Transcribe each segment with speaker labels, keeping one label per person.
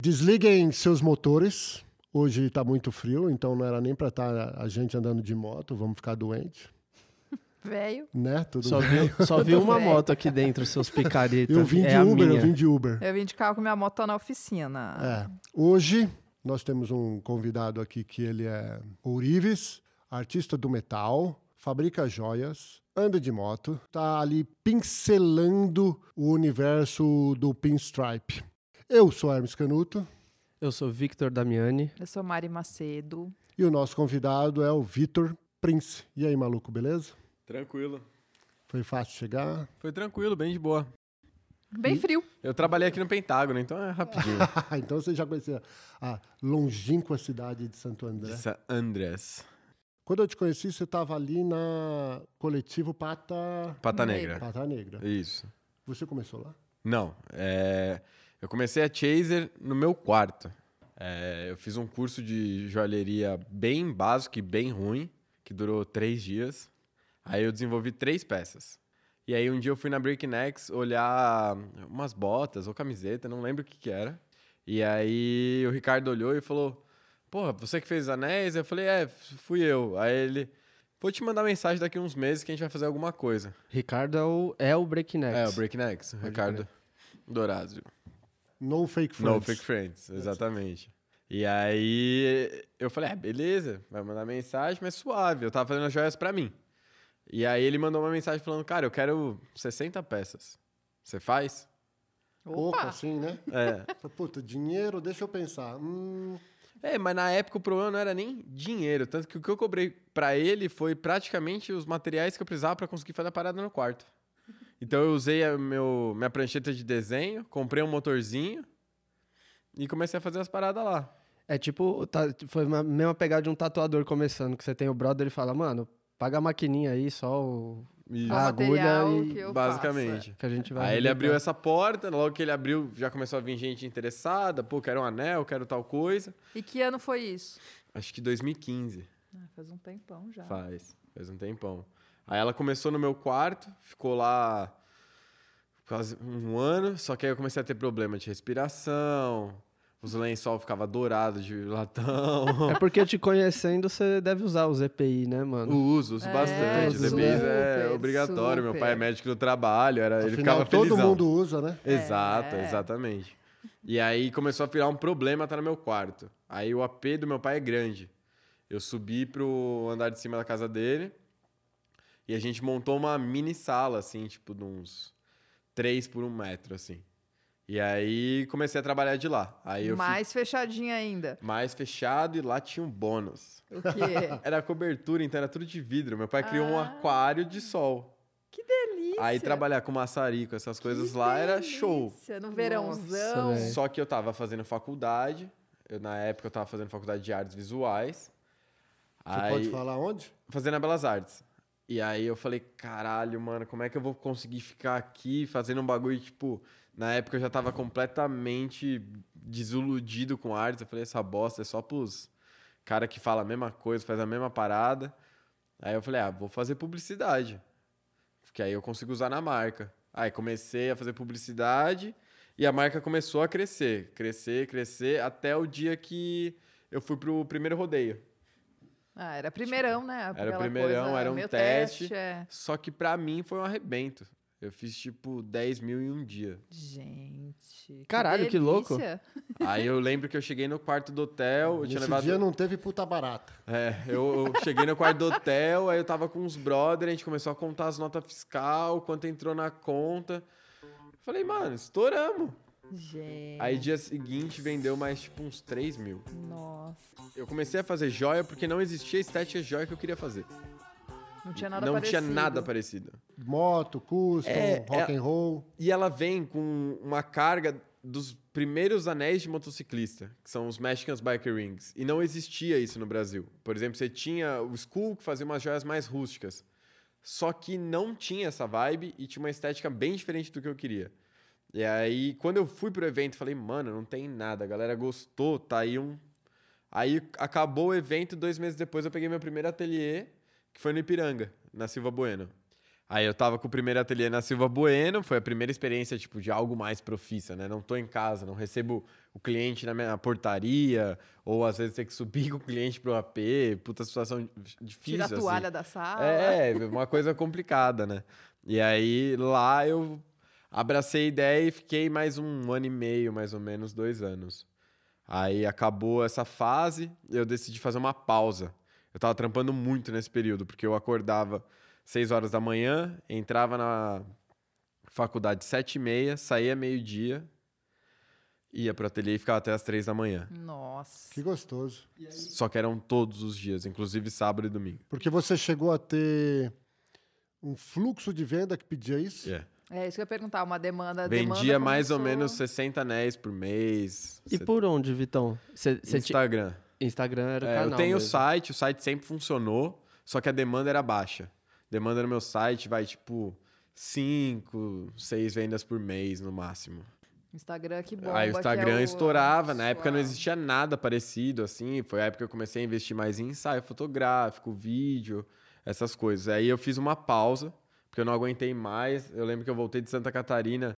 Speaker 1: Desliguem seus motores. Hoje está muito frio, então não era nem para estar a gente andando de moto, vamos ficar doente,
Speaker 2: Velho.
Speaker 1: né? Tudo
Speaker 3: Só
Speaker 1: bem.
Speaker 3: vi, só vi uma
Speaker 2: Velho.
Speaker 3: moto aqui dentro, seus picaretas.
Speaker 1: Eu vim de
Speaker 3: é a
Speaker 1: Uber, eu
Speaker 3: minha.
Speaker 1: vim de Uber.
Speaker 2: Eu vim de carro com minha moto tá na oficina.
Speaker 1: É. Hoje nós temos um convidado aqui que ele é Ourives, artista do metal, fabrica joias, anda de moto, tá ali pincelando o universo do pinstripe. Eu sou Hermes Canuto
Speaker 3: Eu sou Victor Damiani.
Speaker 4: É.
Speaker 2: Eu sou Mari Macedo.
Speaker 1: e o nosso convidado é o Vitor Prince. E aí, maluco, beleza?
Speaker 4: Tranquilo.
Speaker 1: Foi fácil chegar?
Speaker 4: Foi tranquilo, bem de boa.
Speaker 2: Bem frio.
Speaker 4: Eu trabalhei aqui no Pentágono, então é rapidinho.
Speaker 1: então você já conhecia a longínqua cidade de Santo André.
Speaker 4: Essa é Andrés.
Speaker 1: Quando eu te conheci, você estava ali na coletivo Pata...
Speaker 4: Pata
Speaker 2: Negra.
Speaker 4: Negra.
Speaker 1: Pata Negra.
Speaker 4: Isso.
Speaker 1: Você começou lá?
Speaker 4: Não, é... eu comecei a Chaser no meu quarto. É, eu fiz um curso de joalheria bem básico e bem ruim, que durou três dias. Aí eu desenvolvi três peças. E aí um dia eu fui na Breaknecks olhar umas botas ou camiseta, não lembro o que que era. E aí o Ricardo olhou e falou, porra, você que fez os anéis? Eu falei, é, fui eu. Aí ele, vou te mandar mensagem daqui uns meses que a gente vai fazer alguma coisa.
Speaker 3: Ricardo é o, é o Breakneck.
Speaker 4: É, o Breaknecks, o Ricardo Dorazio.
Speaker 1: No Fake Friends.
Speaker 4: No Fake Friends, exatamente. E aí eu falei, ah, beleza, vai mandar mensagem, mas suave. Eu tava fazendo as joias pra mim. E aí ele mandou uma mensagem falando, cara, eu quero 60 peças. Você faz?
Speaker 1: Opa,
Speaker 2: Opa!
Speaker 1: assim, né?
Speaker 4: É.
Speaker 1: Puta, dinheiro, deixa eu pensar. Hum,
Speaker 4: É, mas na época o problema não era nem dinheiro. Tanto que o que eu cobrei pra ele foi praticamente os materiais que eu precisava pra conseguir fazer a parada no quarto. Então eu usei a meu, minha prancheta de desenho, comprei um motorzinho e comecei a fazer as paradas lá.
Speaker 3: É tipo, tá- foi a mesma pegada de um tatuador começando, que você tem o brother e fala, mano, paga a maquininha aí, só o
Speaker 4: E
Speaker 2: Só É o
Speaker 3: a agulha
Speaker 2: material
Speaker 3: e-
Speaker 2: que eu
Speaker 4: basicamente.
Speaker 2: faço, é.
Speaker 3: que a gente vai...
Speaker 4: Aí ele
Speaker 3: arrebentar."
Speaker 4: abriu essa porta, logo que ele abriu, já começou a vir gente interessada. Pô, quero um anel, quero tal coisa.
Speaker 2: é. E que ano foi isso?
Speaker 4: Acho que 2015
Speaker 2: Ah, faz um tempão já.
Speaker 4: faz, faz um tempão. Aí ela começou no meu quarto, ficou lá quase um ano, só que aí eu comecei a ter problema de respiração, os lençol ficava dourado de latão.
Speaker 3: É porque te conhecendo, você deve usar os EPI, né,
Speaker 4: O
Speaker 3: mano?
Speaker 4: uso, uso
Speaker 2: É,
Speaker 4: bastante.
Speaker 3: super,
Speaker 4: DBIs é obrigatório. Meu
Speaker 2: super.
Speaker 4: pai é médico do trabalho, era, ele
Speaker 1: afinal,
Speaker 4: ficava
Speaker 1: todo
Speaker 4: felizão.
Speaker 1: mundo usa, né?
Speaker 4: Exato,
Speaker 2: É.
Speaker 4: exatamente. E aí começou a virar um problema estar no meu quarto. Aí o AP do meu pai é grande. Eu subi pro andar de cima da casa dele e a gente montou uma mini sala, assim, tipo, de uns 3 por 1 metro, assim. E aí comecei a trabalhar de lá. Aí eu
Speaker 2: Mais fechadinha ainda.
Speaker 4: fui mais fechado e lá tinha um bônus.
Speaker 2: O quê?
Speaker 4: Era cobertura, então era tudo de vidro. Meu pai criou um
Speaker 2: Ah.
Speaker 4: aquário de sol.
Speaker 2: que delícia!
Speaker 4: Aí trabalhar com maçarico, essas coisas lá era show.
Speaker 2: Delícia, No verãozão.
Speaker 3: velho. É.
Speaker 4: Só que eu tava fazendo faculdade. eu- na época eu tava fazendo faculdade de artes visuais.
Speaker 1: Você
Speaker 4: aí,
Speaker 1: pode falar onde?
Speaker 4: Fazendo a Belas Artes. E aí eu falei, caralho, mano, como é que eu vou conseguir ficar aqui fazendo um bagulho, tipo... Na época eu já tava completamente desiludido com artes. Eu falei, essa bosta é só pros cara que fala a mesma coisa, faz a mesma parada. Aí eu falei, ah, vou fazer publicidade. Porque aí eu consigo usar na marca. Aí comecei a fazer publicidade e a marca começou a crescer, crescer, crescer, até o dia que eu fui pro primeiro rodeio.
Speaker 2: Ah, era primeirão, né? Aquela
Speaker 4: primeirão,
Speaker 2: coisa,
Speaker 4: era um
Speaker 2: meu
Speaker 4: teste.
Speaker 2: é.
Speaker 4: Só que pra mim foi um arrebento. Eu fiz tipo 10 mil em um dia.
Speaker 2: Gente.
Speaker 3: Caralho, que louco.
Speaker 2: delícia.
Speaker 4: Aí eu lembro que eu cheguei no quarto do hotel, eu
Speaker 1: Nesse
Speaker 4: tinha levado.
Speaker 1: dia não teve puta barata.
Speaker 4: É, eu, eu cheguei no quarto do hotel, aí eu tava com uns brother, a gente começou a contar as notas fiscal, quanto entrou na conta. Falei, mano, estouramos.
Speaker 2: Gente.
Speaker 4: Aí dia seguinte vendeu mais tipo uns 3 mil.
Speaker 2: Nossa.
Speaker 4: Eu comecei a fazer joia porque não existia estética de joia que eu queria fazer.
Speaker 2: Não tinha nada
Speaker 4: não
Speaker 2: parecido.
Speaker 4: tinha nada parecido.
Speaker 1: Moto, custom,
Speaker 4: É,
Speaker 1: rock and roll.
Speaker 4: E ela vem com uma carga dos primeiros anéis de motociclista, que são os Mexicans Biker Rings. E não existia isso no Brasil. Por exemplo, você tinha o Skull, que fazia umas joias mais rústicas. Só que não tinha essa vibe e tinha uma estética bem diferente do que eu queria. E aí, quando eu fui pro evento, falei, mano, não tem nada, a galera gostou, tá aí um. Aí acabou o evento, dois meses depois eu peguei meu primeiro ateliê, que foi no Ipiranga, na Silva Bueno. Aí eu tava com o primeiro ateliê na Silva Bueno, foi a primeira experiência, tipo, de algo mais profissa, né? Não tô em casa, não recebo o cliente na minha portaria, ou às vezes tem que subir com o cliente pro AP, puta situação difícil,
Speaker 2: Tira a
Speaker 4: assim.
Speaker 2: toalha da sala.
Speaker 4: É, uma coisa complicada, né? E aí lá eu abracei a ideia e fiquei mais um ano e meio, mais ou menos, dois anos. Aí acabou essa fase, eu decidi fazer uma pausa. Eu tava trampando muito nesse período, porque eu acordava seis horas da manhã, entrava na faculdade sete e meia, saía meio-dia, ia pro ateliê e ficava até as três da manhã.
Speaker 2: Nossa.
Speaker 1: Que gostoso.
Speaker 4: Só que eram todos os dias, inclusive sábado e domingo.
Speaker 1: Porque você chegou a ter um fluxo de venda que pedia isso?
Speaker 4: Yeah.
Speaker 2: É isso que eu ia perguntar, uma demanda. a demanda
Speaker 4: Vendia mais ou
Speaker 2: começou-
Speaker 4: menos 60 anéis por mês.
Speaker 3: E
Speaker 4: Cê-
Speaker 3: por onde, Vitão? Cê, cê ti-
Speaker 4: Instagram.
Speaker 3: Instagram era o
Speaker 4: É,
Speaker 3: canal
Speaker 4: eu tenho o
Speaker 3: mesmo.
Speaker 4: site, o site sempre funcionou, só que a demanda era baixa. Demanda no meu site vai tipo 5, 6 vendas por mês no máximo.
Speaker 2: Instagram que é bom. um
Speaker 4: Aí o Instagram estourava, na época não existia nada parecido assim, foi a época que eu comecei a investir mais em ensaio fotográfico, vídeo, essas coisas. Aí eu fiz uma pausa, porque eu não aguentei mais. Eu lembro que eu voltei de Santa Catarina,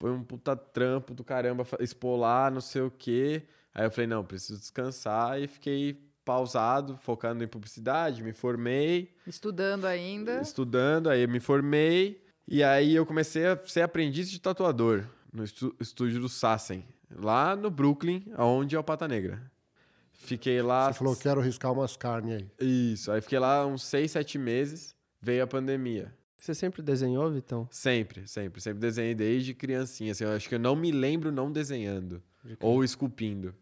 Speaker 4: foi um puta trampo do caramba fa- expor lá, não sei o quê. Aí eu falei, não, preciso descansar e fiquei pausado, focando em publicidade, me formei,
Speaker 2: Estudando ainda.
Speaker 4: estudando, aí eu me formei e aí eu comecei a ser aprendiz de tatuador no estu- estúdio do Sassen, lá no Brooklyn, onde é o Pata Negra. Fiquei lá.
Speaker 1: Você falou, é- quero riscar umas carnes aí.
Speaker 4: Isso, aí fiquei lá uns seis, sete meses, veio a pandemia.
Speaker 3: Você sempre desenhou, Vitão?
Speaker 4: Sempre, sempre, sempre desenhei desde criancinha. Assim, eu acho que eu não me lembro não desenhando ou esculpindo.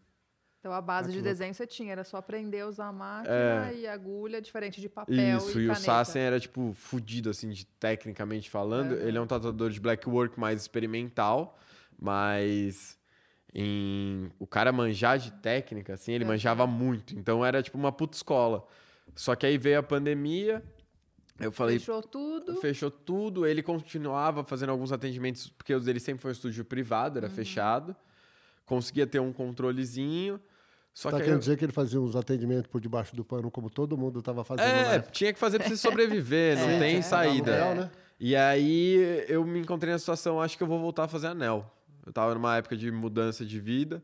Speaker 2: Então a base
Speaker 3: Ah,
Speaker 2: de
Speaker 3: que louco.
Speaker 2: desenho você tinha, era só aprender a usar a máquina e agulha, diferente de papel
Speaker 4: É. Isso,
Speaker 2: e,
Speaker 4: e, o
Speaker 2: caneta.
Speaker 4: Sassen era, tipo, fudido, assim, de, tecnicamente falando.
Speaker 2: Aham.
Speaker 4: Ele é um tatuador de black work mais experimental, mas em o cara manjar de técnica, assim, ele
Speaker 2: Aham.
Speaker 4: manjava muito. Então era, tipo, uma puta escola. Só que aí veio a pandemia, eu falei,
Speaker 2: Fechou tudo.
Speaker 4: Fechou tudo. Ele continuava fazendo alguns atendimentos, porque o dele sempre foi um estúdio privado,
Speaker 2: Uhum.
Speaker 4: era fechado. Conseguia ter um controlezinho. Só
Speaker 1: tá
Speaker 4: que. aí
Speaker 1: querendo
Speaker 4: eu-
Speaker 1: dizer que ele fazia uns atendimentos por debaixo do pano, como todo mundo estava fazendo na
Speaker 4: É,
Speaker 1: época.
Speaker 4: tinha que fazer pra você sobreviver, não
Speaker 2: É,
Speaker 4: tem
Speaker 2: é,
Speaker 4: saída.
Speaker 1: Aluguel, né?
Speaker 4: E aí eu me encontrei na situação, acho que eu vou voltar a fazer anel. Eu tava numa época de mudança de vida.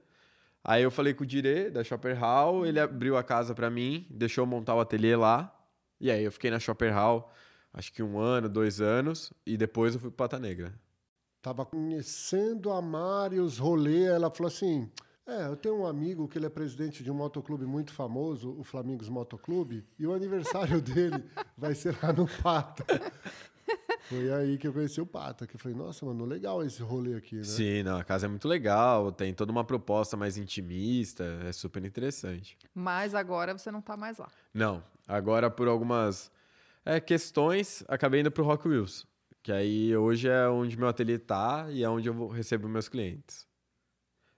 Speaker 4: Aí eu falei com o Dire, da Shopper Hall, ele abriu a casa pra mim, deixou eu montar o ateliê lá. E aí eu fiquei na Shopper Hall, acho que um ano, dois anos, e depois eu fui pro Pata Negra.
Speaker 1: Tava conhecendo a Mari, os rolê, ela falou assim: É, eu tenho um amigo que ele é presidente de um motoclube muito famoso, o Flamingos Motoclube, e o aniversário dele vai ser lá no Pata. Foi aí que eu conheci o Pata, que eu falei, nossa, mano, legal esse rolê aqui, né?
Speaker 4: Sim, não, a casa é muito legal, tem toda uma proposta mais intimista, é super interessante.
Speaker 2: Mas agora você não tá mais lá.
Speaker 4: Não, agora por algumas é, questões, acabei indo pro Rock Wheels, que aí hoje é onde meu ateliê tá e é onde eu vou- recebo meus clientes.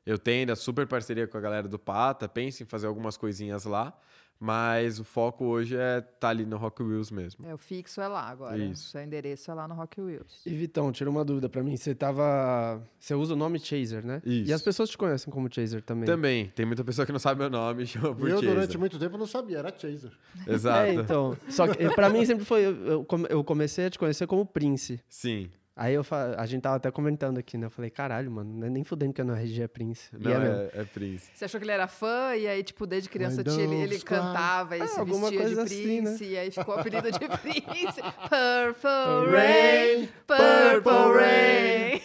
Speaker 4: Eu tenho ainda super parceria com a galera do Pata, penso em fazer algumas coisinhas lá, mas o foco hoje é tá ali no Rock Wheels mesmo.
Speaker 2: É, o fixo é lá agora.
Speaker 4: Isso.
Speaker 2: O seu endereço é lá no Rock Wheels.
Speaker 3: E Vitão, tira uma dúvida pra mim. Você tava. Você usa o nome Chaser, né?
Speaker 4: Isso.
Speaker 3: E as pessoas te conhecem como Chaser também.
Speaker 4: Também, tem muita pessoa que não sabe meu nome, chama por
Speaker 1: eu,
Speaker 4: Chaser.
Speaker 1: durante muito tempo, não sabia, era Chaser.
Speaker 4: Exato.
Speaker 3: É, então. Só que pra mim sempre foi. eu- Eu, come- eu comecei a te conhecer como Prince.
Speaker 4: Sim.
Speaker 3: Aí eu fa- a gente tava até comentando aqui, né? Eu falei, caralho, mano, não é nem fudendo que a minha RG é Prince.
Speaker 4: Não
Speaker 3: e é, mesmo.
Speaker 4: é, é Prince.
Speaker 2: Você achou que ele era fã e aí, tipo, desde criança
Speaker 1: Mas
Speaker 2: tinha- ele,
Speaker 1: don't
Speaker 2: ele
Speaker 1: cry.
Speaker 2: cantava e
Speaker 3: Ah,
Speaker 2: se
Speaker 3: alguma
Speaker 2: vestia de
Speaker 3: coisa assim,
Speaker 2: príncipe
Speaker 3: né?
Speaker 2: e aí ficou o apelido de príncipe. Purple
Speaker 3: Rain,
Speaker 2: Rain, Purple Rain.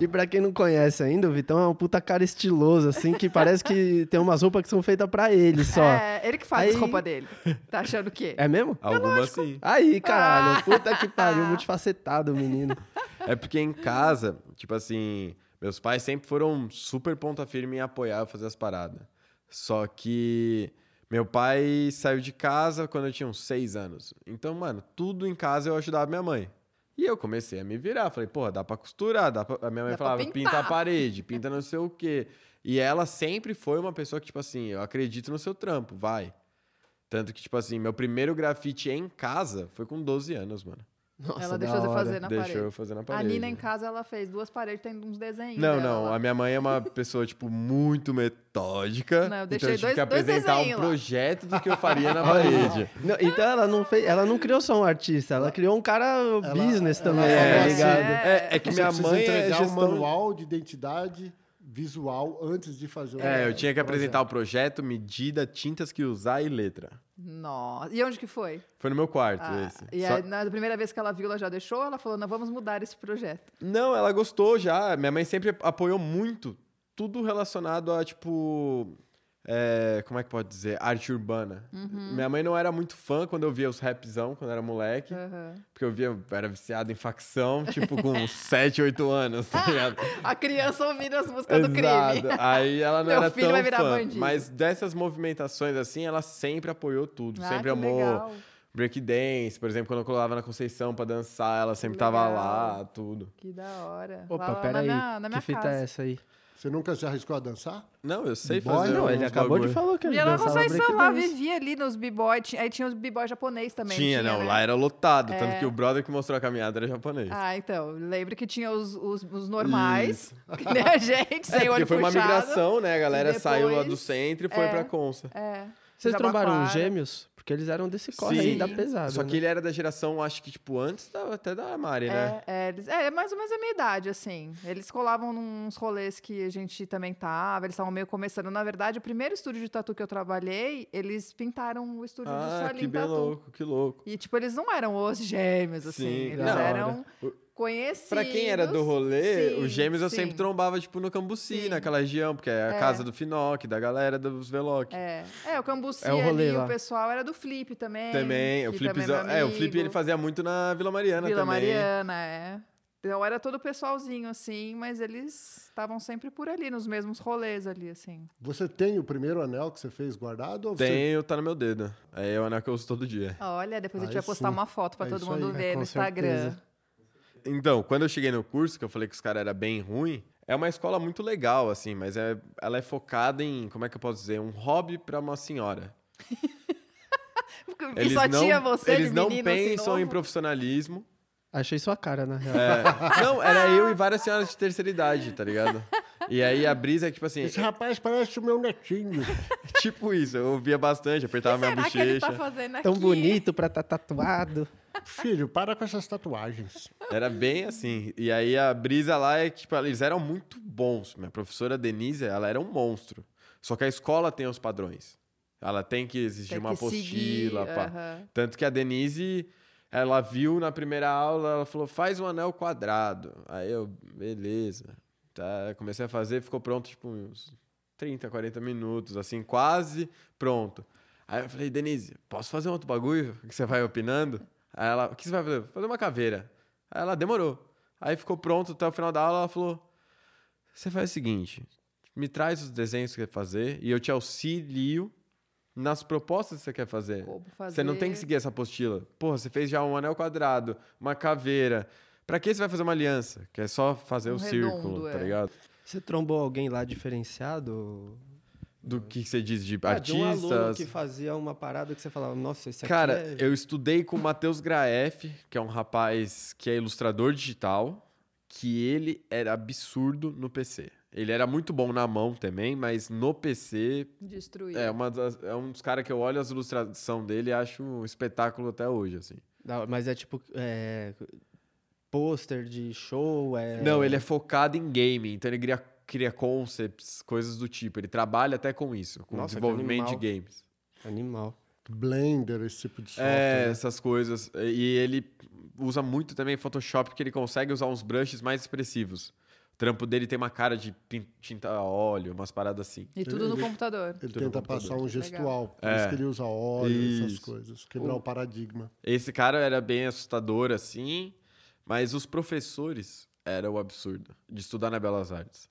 Speaker 3: E pra quem não conhece ainda, o Vitão é um puta cara estiloso, assim, que parece que tem umas roupas que são feitas pra ele só. É,
Speaker 2: É, ele que faz
Speaker 3: Aí- É.
Speaker 2: as roupas dele. Tá achando o quê?
Speaker 3: mesmo?
Speaker 4: Algumas sim.
Speaker 3: Aí, caralho,
Speaker 2: Ah.
Speaker 3: puta que pariu, multifacetado o menino.
Speaker 4: É porque em casa, tipo assim, meus pais sempre foram super ponta firme em apoiar eu fazer as paradas. Só que meu pai saiu de casa quando eu tinha uns seis anos. Então, mano, tudo em casa eu ajudava minha mãe. E eu comecei a me virar. Falei, porra, dá pra costurar. Dá pra... A minha mãe
Speaker 2: Dá pra
Speaker 4: falava, pinta a
Speaker 2: pintar."
Speaker 4: parede, pinta não sei o quê. E ela sempre foi uma pessoa que, tipo assim, eu acredito no seu trampo, vai. Tanto que, tipo assim, meu primeiro grafite em casa foi com 12 anos, mano.
Speaker 3: Nossa,
Speaker 2: ela
Speaker 3: da
Speaker 2: deixou você
Speaker 3: hora.
Speaker 2: fazer na
Speaker 4: Deixou eu
Speaker 2: parede.
Speaker 4: fazer na
Speaker 2: A
Speaker 4: parede.
Speaker 2: Nina em casa, ela fez duas paredes, tem uns desenhos.
Speaker 4: Não,
Speaker 2: dela
Speaker 4: não.
Speaker 2: lá.
Speaker 4: A minha mãe é uma pessoa, tipo, muito metódica.
Speaker 2: Não, eu
Speaker 4: então
Speaker 2: deixei
Speaker 4: eu
Speaker 2: dois-
Speaker 4: tive que
Speaker 2: dois
Speaker 4: apresentar um
Speaker 2: desenhos lá.
Speaker 4: projeto do que eu faria na parede.
Speaker 3: Não, então ela não fez, ela não criou só um artista, ela criou um cara business também,
Speaker 1: ela-
Speaker 3: tá ligado?
Speaker 4: É, é que
Speaker 1: Você
Speaker 4: minha
Speaker 1: precisa
Speaker 4: mãe é
Speaker 1: entregar um
Speaker 4: gestão...
Speaker 1: manual de identidade visual antes de fazer o
Speaker 4: É, eu tinha que apresentar o projeto, medida, tintas que usar e letra.
Speaker 2: Nossa. E onde que foi?
Speaker 4: Foi no meu quarto
Speaker 2: Ah,
Speaker 4: esse.
Speaker 2: e
Speaker 4: Só-
Speaker 2: aí, na primeira vez que ela viu, ela já deixou, ela falou: não, vamos mudar esse projeto.
Speaker 4: Não, ela gostou já. Minha mãe sempre apoiou muito tudo relacionado a, tipo. é, como é que pode dizer? Arte urbana.
Speaker 2: Uhum.
Speaker 4: Minha mãe não era muito fã quando eu via os rapzão, quando era moleque.
Speaker 2: Aham.
Speaker 4: Porque eu via, eu era viciado em facção, tipo, com 7, 8 anos, tá ligado?
Speaker 2: A criança ouvindo as músicas do
Speaker 4: Exato.
Speaker 2: Ah, crime.
Speaker 4: Aí ela não
Speaker 2: Meu
Speaker 4: era
Speaker 2: filho
Speaker 4: tão
Speaker 2: vai virar
Speaker 4: fã.
Speaker 2: bandido.
Speaker 4: Mas dessas movimentações, assim, ela sempre apoiou tudo.
Speaker 2: Ah,
Speaker 4: sempre
Speaker 2: que
Speaker 4: amou
Speaker 2: legal.
Speaker 4: breakdance. Por exemplo, quando eu colava na Conceição pra dançar, ela sempre tava
Speaker 2: Legal.
Speaker 4: lá, tudo.
Speaker 2: Que da hora. Lá-
Speaker 3: Opa,
Speaker 2: lá
Speaker 3: pera
Speaker 2: na
Speaker 3: aí,
Speaker 2: minha- na minha
Speaker 3: que fita
Speaker 2: casa.
Speaker 3: é essa aí?
Speaker 1: Você nunca se arriscou a dançar?
Speaker 4: Não, eu sei
Speaker 1: Boy,
Speaker 4: fazer
Speaker 1: não,
Speaker 3: Não,
Speaker 4: uns
Speaker 3: ele acabou
Speaker 4: bagulho.
Speaker 3: de falar que ele
Speaker 2: E ela
Speaker 3: dançava
Speaker 2: Conceição lá
Speaker 3: breakdance.
Speaker 2: vivia ali nos b-boy. ti- Aí tinha os b-boy japonês também.
Speaker 4: Tinha, não,
Speaker 2: né?
Speaker 4: lá era lotado. Tanto
Speaker 2: É.
Speaker 4: que o brother que mostrou a caminhada era japonês.
Speaker 2: Ah, então. Lembro que tinha os, os, os normais, que nem a gente,
Speaker 4: é,
Speaker 2: sem
Speaker 4: porque
Speaker 2: olho
Speaker 4: foi uma
Speaker 2: puxado.
Speaker 4: migração, né? A galera
Speaker 2: e depois-
Speaker 4: saiu lá do centro e foi
Speaker 2: É.
Speaker 4: pra Consa.
Speaker 2: É.
Speaker 3: Vocês trombaram os
Speaker 2: Jabaquara.
Speaker 3: gêmeos? Porque eles eram desse corre aí
Speaker 4: Sim.
Speaker 3: da pesada.
Speaker 4: Só que
Speaker 3: né?
Speaker 4: ele era da geração, acho que, tipo, antes da- até da Mari, né?
Speaker 2: É, é, eles- é, é mais ou menos a minha idade, assim. Eles colavam nos rolês que a gente também tava, eles estavam meio começando. Na verdade, o primeiro estúdio de tatu que eu trabalhei, eles pintaram o estúdio do
Speaker 4: ah, que
Speaker 2: Salim
Speaker 4: bem
Speaker 2: Tatu.
Speaker 4: louco, que louco.
Speaker 2: E, tipo, eles não eram os gêmeos, assim.
Speaker 4: Sim,
Speaker 2: eles
Speaker 3: da hora.
Speaker 2: eram conhecidos.
Speaker 4: Pra quem era do rolê,
Speaker 2: Sim,
Speaker 4: os gêmeos eu sempre
Speaker 2: sim.
Speaker 4: trombava, tipo, no Cambuci,
Speaker 2: Sim.
Speaker 4: naquela região, porque é a
Speaker 2: É.
Speaker 4: casa do Finoc, da galera dos Veloc.
Speaker 2: É, é o Cambuci
Speaker 3: É o rolê
Speaker 2: ali,
Speaker 3: lá.
Speaker 2: o pessoal era do Flip também.
Speaker 4: Também, o
Speaker 2: que
Speaker 4: Flip,
Speaker 2: também é meu
Speaker 4: é, o Flip ele
Speaker 2: amigo.
Speaker 4: fazia muito na Vila Mariana
Speaker 2: Vila
Speaker 4: também.
Speaker 2: Mariana, é. Então era todo o pessoalzinho, assim, mas eles estavam sempre por ali, nos mesmos rolês ali, assim.
Speaker 1: Você tem o primeiro anel que você fez guardado? Ou Você...
Speaker 4: Tenho, tá no meu dedo. Aí eu anel que eu uso todo dia.
Speaker 2: Olha, depois a gente
Speaker 1: Aí
Speaker 2: vai postar
Speaker 1: sim.
Speaker 2: uma foto pra
Speaker 1: É
Speaker 2: todo
Speaker 1: isso
Speaker 2: mundo
Speaker 1: aí.
Speaker 2: ver
Speaker 3: É, com
Speaker 2: no Instagram.
Speaker 3: certeza.
Speaker 4: Então, quando eu cheguei no curso, que eu falei que os caras eram bem ruim, é uma escola muito legal, assim, mas é, ela é focada em, como é que eu posso dizer, um hobby pra uma senhora.
Speaker 2: Porque E só tinha você
Speaker 4: eles
Speaker 2: de
Speaker 4: não
Speaker 2: menino assim,
Speaker 4: pensam em
Speaker 2: novo?
Speaker 4: profissionalismo.
Speaker 3: Achei sua cara, na real.
Speaker 4: É, não, era eu e várias senhoras de terceira idade, tá ligado? E aí a brisa é que, tipo assim,
Speaker 1: Esse rapaz parece o meu netinho.
Speaker 4: tipo isso, eu ouvia bastante, apertava minha
Speaker 2: Será que ele tá
Speaker 4: bochecha.
Speaker 2: fazendo aqui?
Speaker 3: Tão bonito pra tá tatuado.
Speaker 1: Filho, para com essas tatuagens.
Speaker 4: Era bem assim. E aí a brisa lá é que, tipo, eles eram muito bons. Minha professora Denise, ela era um monstro. Só que a escola tem os padrões. Ela tem que exigir
Speaker 2: Tem
Speaker 4: uma
Speaker 2: que seguir, é.
Speaker 4: apostila, pá.
Speaker 2: aham.
Speaker 4: Tanto que a Denise, ela viu na primeira aula, ela falou, faz um anel quadrado. Aí eu, beleza. Tá, comecei a fazer, ficou pronto, tipo, uns 30, 40 minutos, assim, quase pronto. Aí eu falei, Denise, posso fazer um outro bagulho que você vai opinando? Aí ela, o que você vai fazer? Fazer uma caveira. Aí ela demorou. Aí ficou pronto até o final da aula, ela falou, você faz o seguinte, me traz os desenhos que você quer fazer e eu te auxilio nas propostas que você quer fazer.
Speaker 2: Como fazer.
Speaker 4: Você não tem que seguir essa apostila. Porra, você fez já um anel quadrado, uma caveira. Pra que você vai fazer uma aliança? Que é só fazer
Speaker 2: Um
Speaker 4: o
Speaker 2: redondo,
Speaker 4: círculo, tá
Speaker 2: é.
Speaker 4: ligado?
Speaker 3: Você trombou alguém lá diferenciado?
Speaker 4: Do que você diz de
Speaker 3: Ah, de um aluno
Speaker 4: artistas.
Speaker 3: que fazia uma parada que você falava, nossa, esse aqui
Speaker 4: Cara,
Speaker 3: é...
Speaker 4: eu estudei com o Matheus Graef, que é um rapaz que é ilustrador digital, que ele era absurdo no PC. Ele era muito bom na mão também, mas no PC
Speaker 2: Destruir.
Speaker 4: é, uma das- é um dos caras que eu olho as ilustrações dele e acho um espetáculo até hoje, assim.
Speaker 3: Não, mas é tipo... É... Pôster de show, é...
Speaker 4: Não, ele é focado em game, então ele cria, cria concepts, coisas do tipo. Ele trabalha até com isso, com
Speaker 3: Nossa, que
Speaker 4: desenvolvimento de
Speaker 3: animal.
Speaker 4: games.
Speaker 3: Animal.
Speaker 1: Blender, esse tipo de software.
Speaker 4: É,
Speaker 1: né?
Speaker 4: essas coisas. E ele usa muito também Photoshop, porque ele consegue usar uns brushes mais expressivos. O trampo dele tem uma cara de pin- tinta a óleo, umas paradas assim.
Speaker 2: E tudo no computador.
Speaker 1: Ele
Speaker 4: Tudo
Speaker 1: tenta
Speaker 4: computador.
Speaker 1: passar um gestual. Por
Speaker 4: É.
Speaker 1: isso que ele usa óleo, essas
Speaker 4: Isso.
Speaker 1: coisas. Quebrar o paradigma.
Speaker 4: Esse cara era bem assustador, assim, mas os professores era o absurdo de estudar na Belas Artes.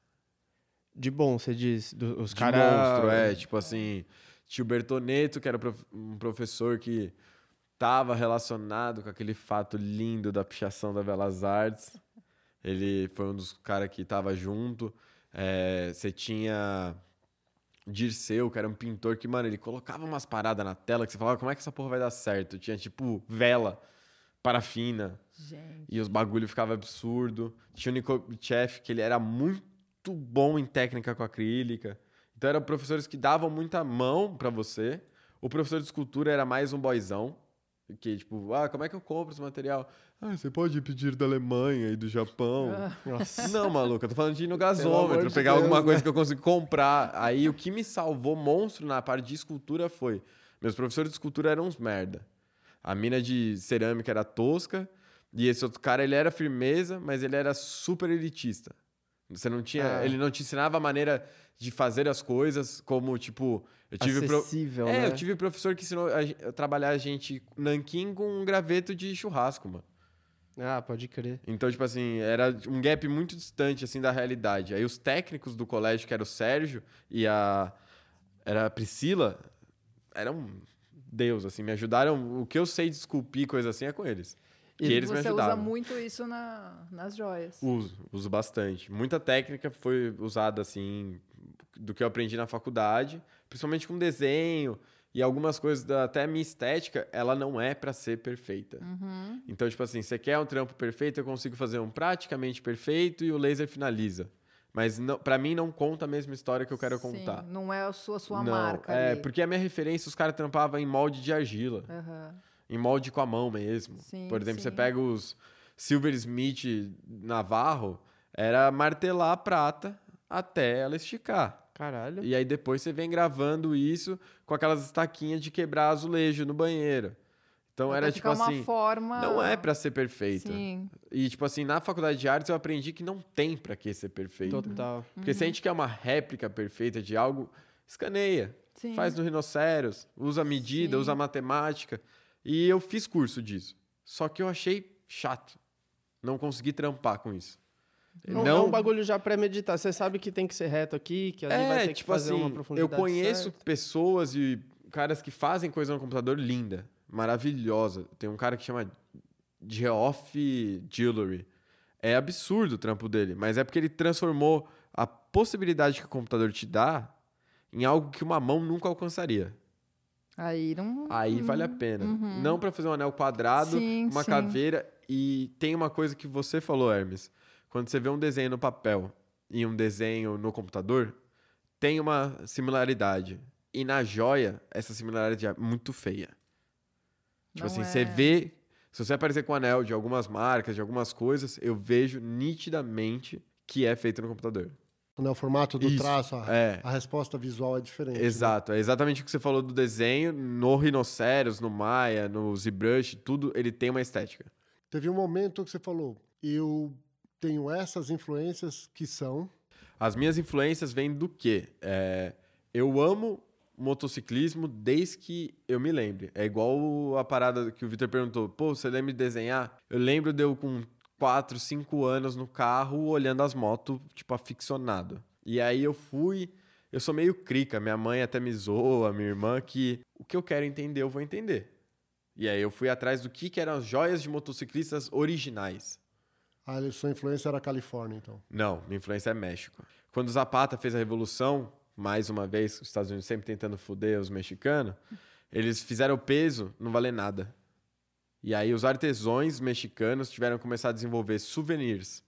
Speaker 3: De bom, você diz. do- os
Speaker 4: de
Speaker 3: caras...
Speaker 4: monstro, é. Tipo assim, tio Bertoneto, que era prof- um professor que estava relacionado com aquele fato lindo da pichação da Belas Artes. Ele foi um dos caras que estava junto. É, Você tinha Dirceu, que era um pintor que, mano, ele colocava umas paradas na tela que você falava, como é que essa porra vai dar certo? Tinha, tipo, vela. parafina.
Speaker 2: Gente.
Speaker 4: E os bagulho ficava absurdo. Tinha o Nikobchev, que ele era muito bom em técnica com acrílica. Então eram professores que davam muita mão pra você. O professor de escultura era mais um boizão. Que tipo, ah, como é que eu compro esse material? Ah, você pode pedir da Alemanha e do Japão. Não, maluco, eu tô falando de ir no
Speaker 3: amor
Speaker 4: gasômetro,
Speaker 3: de
Speaker 4: pegar
Speaker 3: Deus,
Speaker 4: alguma
Speaker 3: né?
Speaker 4: coisa que eu consigo comprar. Aí o que me salvou monstro na parte de escultura foi: meus professores de escultura eram uns merda. A mina de cerâmica era tosca, e esse outro cara, ele era firmeza, mas ele era super elitista. Você não tinha,
Speaker 3: Ah.
Speaker 4: ele não te ensinava a maneira de fazer as coisas como tipo, eu tive pro-
Speaker 3: Acessível,
Speaker 4: é,
Speaker 3: né?
Speaker 4: eu tive professor que ensinou a, gen- a trabalhar a gente nanquim com um graveto de churrasco, mano.
Speaker 3: Ah, pode crer.
Speaker 4: Então, tipo assim, era um gap muito distante, assim, da realidade. Aí os técnicos do colégio, que era o Sérgio e a... Era a Priscila, eram deus, assim. Me ajudaram... O que eu sei de esculpir, coisa assim, é com eles. Que
Speaker 3: E
Speaker 4: eles me
Speaker 2: você
Speaker 4: ajudaram.
Speaker 2: usa muito isso na- nas joias.
Speaker 4: Uso, uso bastante. Muita técnica foi usada, assim, do que eu aprendi na faculdade. Principalmente com desenho e algumas coisas, da, até a minha estética, ela não é pra ser perfeita.
Speaker 2: Uhum.
Speaker 4: Então, tipo assim, você quer um trampo perfeito, eu consigo fazer um praticamente perfeito e o laser finaliza. Mas não, para mim não conta a mesma história que eu quero
Speaker 2: Sim,
Speaker 4: contar.
Speaker 2: Não é a sua, sua
Speaker 4: não,
Speaker 2: marca.
Speaker 4: é,
Speaker 2: ali.
Speaker 4: porque a minha referência os caras trampavam em molde de argila,
Speaker 2: Aham.
Speaker 4: em molde com a mão mesmo.
Speaker 2: Sim,
Speaker 4: Por exemplo, você
Speaker 2: sim.
Speaker 4: pega os Silversmith Navarro, era martelar a prata até ela esticar.
Speaker 3: Caralho.
Speaker 4: E aí depois você vem gravando isso com aquelas estaquinhas de quebrar azulejo no banheiro. Então
Speaker 2: Até
Speaker 4: era tipo
Speaker 2: ficar uma
Speaker 4: assim,
Speaker 2: forma.
Speaker 4: não é pra ser perfeito.
Speaker 2: Sim.
Speaker 4: E, tipo assim, na faculdade de artes eu aprendi que não tem pra que ser perfeito.
Speaker 3: Total.
Speaker 4: Porque
Speaker 2: Uhum.
Speaker 4: se a gente quer uma réplica perfeita de algo, escaneia.
Speaker 2: Sim.
Speaker 4: Faz no rinoceros, usa medida,
Speaker 2: Sim.
Speaker 4: usa matemática. E eu fiz curso disso. Só que eu achei chato. Não consegui trampar com isso.
Speaker 3: Não, é um bagulho já premeditado. Você sabe que tem que ser reto aqui, que ali vai ter que fazer uma
Speaker 4: É, tipo assim, eu
Speaker 3: profundidade.
Speaker 4: conheço
Speaker 3: certa.
Speaker 4: pessoas e caras que fazem coisa no computador linda, maravilhosa. Tem um cara que chama Geoff Jewelry. É absurdo o trampo dele, mas é porque ele transformou a possibilidade que o computador te dá em algo que uma mão nunca alcançaria.
Speaker 2: Aí não.
Speaker 4: Aí vale a pena. Não pra fazer um anel quadrado,
Speaker 2: Uhum. Sim,
Speaker 4: uma
Speaker 2: sim.
Speaker 4: caveira. E tem uma coisa que você falou, Hermes. Quando você vê um desenho no papel e um desenho no computador, tem uma similaridade. E na joia, essa similaridade é muito feia.
Speaker 2: Não
Speaker 4: Tipo assim,
Speaker 2: é-
Speaker 4: você vê. Se você aparecer com um anel de algumas marcas, de algumas coisas, eu vejo nitidamente que é feito no computador.
Speaker 1: Né, o formato do
Speaker 4: Isso,
Speaker 1: traço, a,
Speaker 4: é.
Speaker 1: a resposta visual é diferente. né?
Speaker 4: Exato, é exatamente o que você falou do desenho. No Rhinoceros, no Maya, no ZBrush, tudo, ele tem uma estética.
Speaker 1: Teve um momento que você falou, eu tenho essas influências que são...
Speaker 4: As minhas influências vêm do quê? É, eu amo motociclismo desde que eu me lembre. É igual o- a parada que o Victor perguntou. Pô, você lembra de desenhar? Eu lembro de eu com 4, 5 anos no carro olhando as motos, tipo, aficionado. E aí eu fui... Eu sou meio crica. Minha mãe até me zoa, minha irmã, que o que eu quero entender, eu vou entender. E aí eu fui atrás do que, que eram as joias de motociclistas originais.
Speaker 1: A sua influência era a Califórnia, então.
Speaker 4: Não, minha influência é México. Quando o Zapata fez a revolução, mais uma vez, os Estados Unidos sempre tentando foder os mexicanos, eles fizeram o peso não valer nada. E aí os artesões mexicanos tiveram que começar a desenvolver souvenirs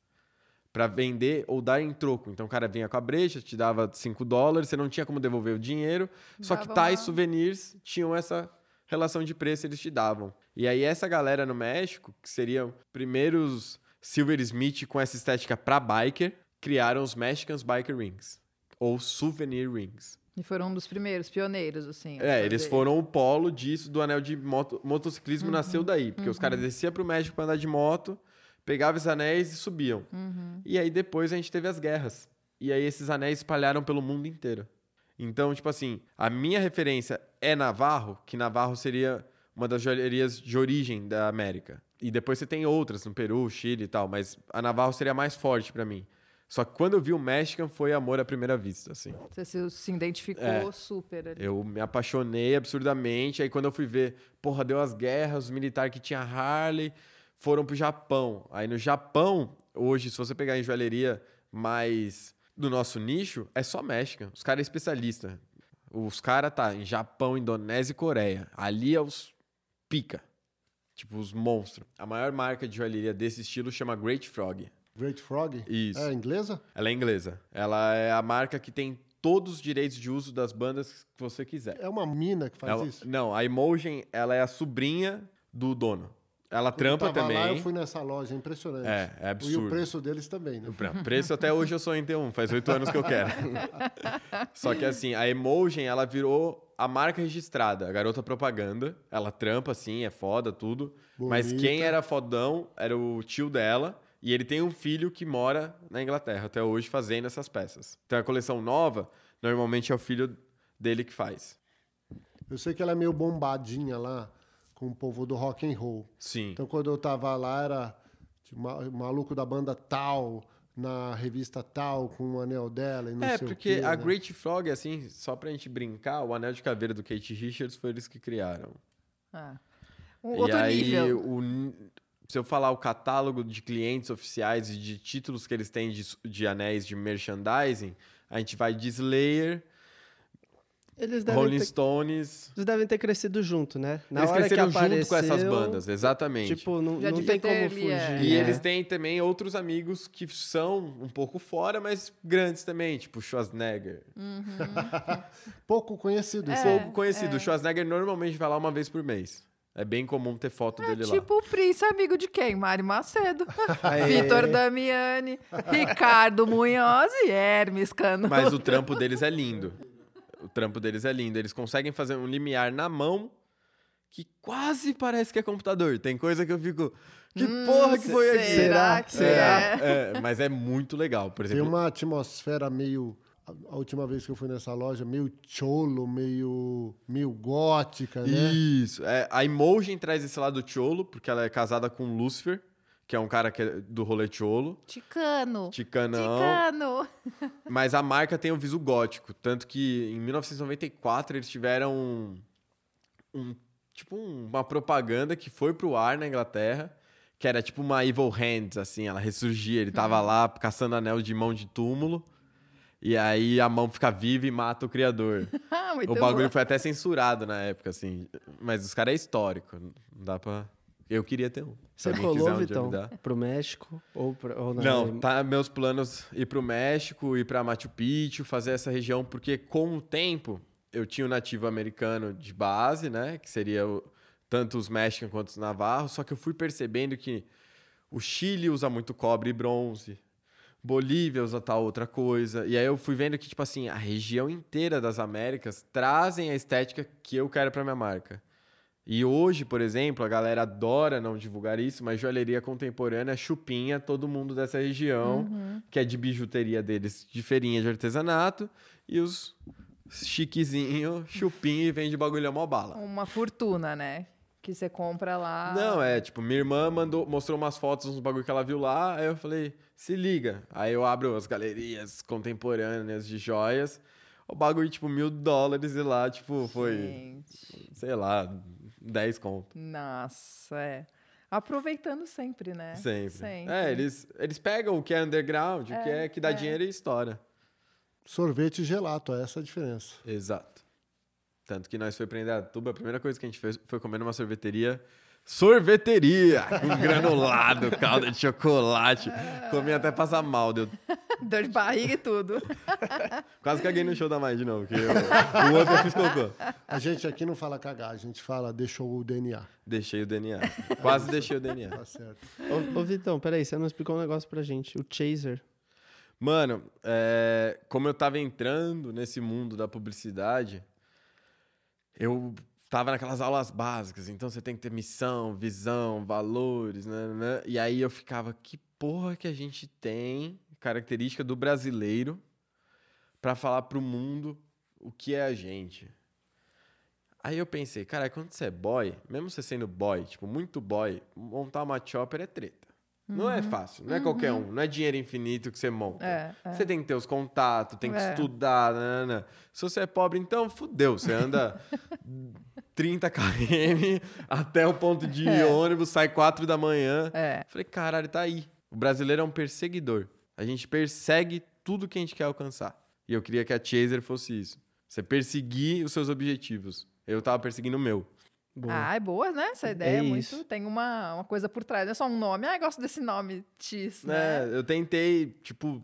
Speaker 4: para vender ou dar em troco. Então o cara vinha com a brecha, te dava 5 dólares, você não tinha como devolver o dinheiro. Só que
Speaker 2: Dava
Speaker 4: tais
Speaker 2: uma-
Speaker 4: souvenirs tinham essa relação de preço, eles te davam. E aí essa galera no México, que seriam primeiros Silversmith com essa estética pra biker, criaram os Mexican Biker Rings. Ou souvenir rings.
Speaker 2: E foram um dos primeiros, pioneiros, assim. a
Speaker 4: É, eles
Speaker 2: fazer.
Speaker 4: foram o polo disso do anel de moto, motociclismo nasceu daí. Porque os caras desciam pro México pra andar de moto, pegavam os anéis e subiam.
Speaker 2: Uhum.
Speaker 4: E aí depois a gente teve as guerras. E aí esses anéis espalharam pelo mundo inteiro. Então, tipo assim, a minha referência é Navarro, que Navarro seria uma das joalherias de origem da América. E depois você tem outras no Peru, Chile e tal, mas a Navarro seria mais forte pra mim. Só que quando eu vi o Mexican foi amor à primeira vista, assim.
Speaker 2: Você se, se identificou
Speaker 4: É.
Speaker 2: super ali.
Speaker 4: Eu me apaixonei absurdamente. Aí quando eu fui ver, porra, deu as guerras, os militares que tinha Harley foram pro Japão. Aí no Japão, hoje, se você pegar em joalheria mais do nosso nicho, é só México. Os caras é especialista. Os caras tá em Japão, Indonésia e Coreia. Ali é os pica. Tipo, os monstros. A maior marca de joalheria desse estilo chama Great Frog.
Speaker 1: Great Frog?
Speaker 4: Isso.
Speaker 1: É inglesa?
Speaker 4: Ela é inglesa. Ela é a marca que tem todos os direitos de uso das bandas que você quiser.
Speaker 1: É uma mina que faz
Speaker 4: Ela-
Speaker 1: isso?
Speaker 4: Não, a Emotion, ela é a sobrinha do dono. Ela trampa
Speaker 1: eu tava
Speaker 4: também.
Speaker 1: Lá, eu fui nessa loja, é impressionante.
Speaker 4: É, é
Speaker 1: E
Speaker 4: absurdo.
Speaker 1: o preço deles também, né?
Speaker 4: Não, Preço até hoje eu sou em T1, faz oito anos que eu quero. Só que assim, a Emotion, ela virou a marca registrada, a garota propaganda. Ela trampa assim, é foda, tudo. Mas
Speaker 1: Bonita.
Speaker 4: quem era fodão era o tio dela. E ele tem um filho que mora na Inglaterra até hoje fazendo essas peças. Então a coleção nova, normalmente é o filho dele que faz.
Speaker 1: Eu sei que ela é meio bombadinha lá com o povo do rock and roll.
Speaker 4: Sim.
Speaker 1: Então quando eu tava lá era tipo, ma- maluco da banda tal na revista tal com o anel dela e não
Speaker 4: É,
Speaker 1: sei
Speaker 4: porque
Speaker 1: o quê,
Speaker 4: a
Speaker 1: né?
Speaker 4: Great Frog, assim, só pra gente brincar, o anel de caveira do Kate Richards foi eles que criaram.
Speaker 2: Ah. Um outro
Speaker 4: e aí,
Speaker 2: nível.
Speaker 4: o ni- se eu falar o catálogo de clientes oficiais e de títulos que eles têm de, s- de anéis de merchandising, a gente vai de Slayer,
Speaker 3: Eles devem,
Speaker 4: Rolling
Speaker 3: ter,
Speaker 4: Stones.
Speaker 3: eles devem ter crescido junto, né? Na
Speaker 4: eles
Speaker 3: hora que
Speaker 4: cresceram
Speaker 3: apareceu,
Speaker 4: junto com essas bandas, exatamente.
Speaker 3: Tipo, não,
Speaker 2: Já
Speaker 3: não
Speaker 2: devia
Speaker 3: tem
Speaker 2: ter
Speaker 3: como
Speaker 2: ali,
Speaker 3: fugir.
Speaker 2: é.
Speaker 4: e
Speaker 3: né?
Speaker 4: eles têm também outros amigos que são um pouco fora, mas grandes também, tipo Schwarzenegger.
Speaker 1: pouco conhecido.
Speaker 4: Um
Speaker 1: isso.
Speaker 4: pouco conhecido. O Schwarzenegger normalmente vai lá uma vez por mês. É bem comum ter foto dele lá.
Speaker 2: Tipo o Prince, amigo de quem? Mário Macedo,
Speaker 3: Aê.
Speaker 2: Vitor Damiani, Ricardo Munhoz e Hermes Cano.
Speaker 4: Mas o trampo deles é lindo. O trampo deles é lindo. Eles conseguem fazer um limiar na mão que quase parece que é computador. Tem coisa que eu fico. Que porra que foi aqui?
Speaker 2: Será
Speaker 3: Será?
Speaker 2: que
Speaker 4: Hum, Será?
Speaker 2: é?
Speaker 4: É, mas é muito legal. Por
Speaker 1: Tem
Speaker 4: exemplo,
Speaker 1: uma atmosfera meio a- a última vez que eu fui nessa loja, meio cholo, meio meio gótica, né?
Speaker 4: Isso. É, a Imogen traz esse lado cholo, porque ela é casada com o Lucifer, que é um cara que é do rolê cholo.
Speaker 2: Ticano.
Speaker 4: Ticanão.
Speaker 2: Ticano.
Speaker 4: Mas a marca tem um viso gótico. Tanto que em 1994 eles tiveram um, um- tipo um- uma propaganda que foi pro ar na Inglaterra, que era tipo uma Evil Hands, assim, ela ressurgia, ele tava lá caçando anel de mão de túmulo. E aí a mão fica viva e mata o criador.
Speaker 2: Ah, muito
Speaker 4: o bagulho
Speaker 2: bom.
Speaker 4: foi até censurado na época, assim. Mas os caras é histórico. Não dá pra. Eu queria ter um. Se
Speaker 3: Você
Speaker 4: alguém quiser
Speaker 3: colou,
Speaker 4: um dia me
Speaker 3: Vitão,
Speaker 4: dar.
Speaker 3: pro México ou, pra, ou na
Speaker 4: Não, tá meus planos ir pro México, ir pra Machu Picchu, fazer essa região, porque com o tempo eu tinha o nativo americano de base, né? Que seria o- tanto os mexicanos quanto os navarros, só que eu fui percebendo que o Chile usa muito cobre e bronze, Bolívia usa tal outra coisa. E aí eu fui vendo que, tipo assim, a região inteira das Américas trazem a estética que eu quero pra minha marca. E hoje, por exemplo, a galera adora não divulgar isso, mas joalheria contemporânea é chupinha todo mundo dessa região,
Speaker 2: Uhum.
Speaker 4: que é de bijuteria deles, de feirinha de artesanato, e os chiquezinho, chupinha e vende bagulhão mó bala.
Speaker 2: Uma fortuna, né? Que você compra lá.
Speaker 4: Não, é tipo, minha irmã mandou, mostrou umas fotos, uns bagulho que ela viu lá, aí eu falei, se liga. Aí eu abro as galerias contemporâneas de joias, o bagulho tipo mil dólares e lá, tipo, foi,
Speaker 2: Gente,
Speaker 4: sei lá, 10 conto.
Speaker 2: nossa, é. Aproveitando sempre, né?
Speaker 4: Sempre. É, eles, eles pegam o que é underground, o que é que dá dinheiro e estoura.
Speaker 1: Sorvete e gelato, essa é a diferença.
Speaker 4: Exato. Tanto que nós foi pra Indaiatuba, a primeira coisa que a gente fez foi comer numa sorveteria. Sorveteria! Com granulado, calda de chocolate. Comi até passar mal, deu.
Speaker 2: Dor de barriga e tudo.
Speaker 4: Quase caguei no show da mais de novo, porque eu- o outro eu fiz cocô.
Speaker 1: A gente aqui não fala cagar, a gente fala deixou o DNA.
Speaker 4: Deixei o DNA. Quase deixei o DNA.
Speaker 1: Tá certo.
Speaker 3: Ô, ô, Vitão, peraí, você não explicou um negócio pra gente. O Chaser.
Speaker 4: Mano, é, como eu tava entrando nesse mundo da publicidade, eu tava naquelas aulas básicas, então você tem que ter missão, visão, valores, né, né, né. E aí eu ficava, que porra que a gente tem, característica do brasileiro, pra falar pro mundo o que é a gente. Aí eu pensei, cara, quando você é boy, mesmo você sendo boy, tipo, muito boy, montar uma chopper é treta. Não é fácil, não é qualquer um, não é dinheiro infinito que você monta.
Speaker 2: É, é.
Speaker 4: Você tem que ter os contatos, tem que
Speaker 2: É.
Speaker 4: estudar, nanana. Se você é pobre, então fudeu, você anda 30 km até o ponto de
Speaker 2: É.
Speaker 4: ônibus, sai 4 da manhã.
Speaker 2: É.
Speaker 4: Falei, caralho, tá aí. O brasileiro é um perseguidor. A gente persegue tudo que a gente quer alcançar. E eu queria que a Chaser fosse isso. Você perseguir os seus objetivos. Eu tava perseguindo o meu.
Speaker 3: Boa.
Speaker 2: Ah, é boa, né? Essa ideia é muito.
Speaker 3: isso.
Speaker 2: Tem uma, uma coisa por trás. Não é só um nome. Ah, eu gosto desse nome, X, né?
Speaker 4: né? Eu tentei, tipo,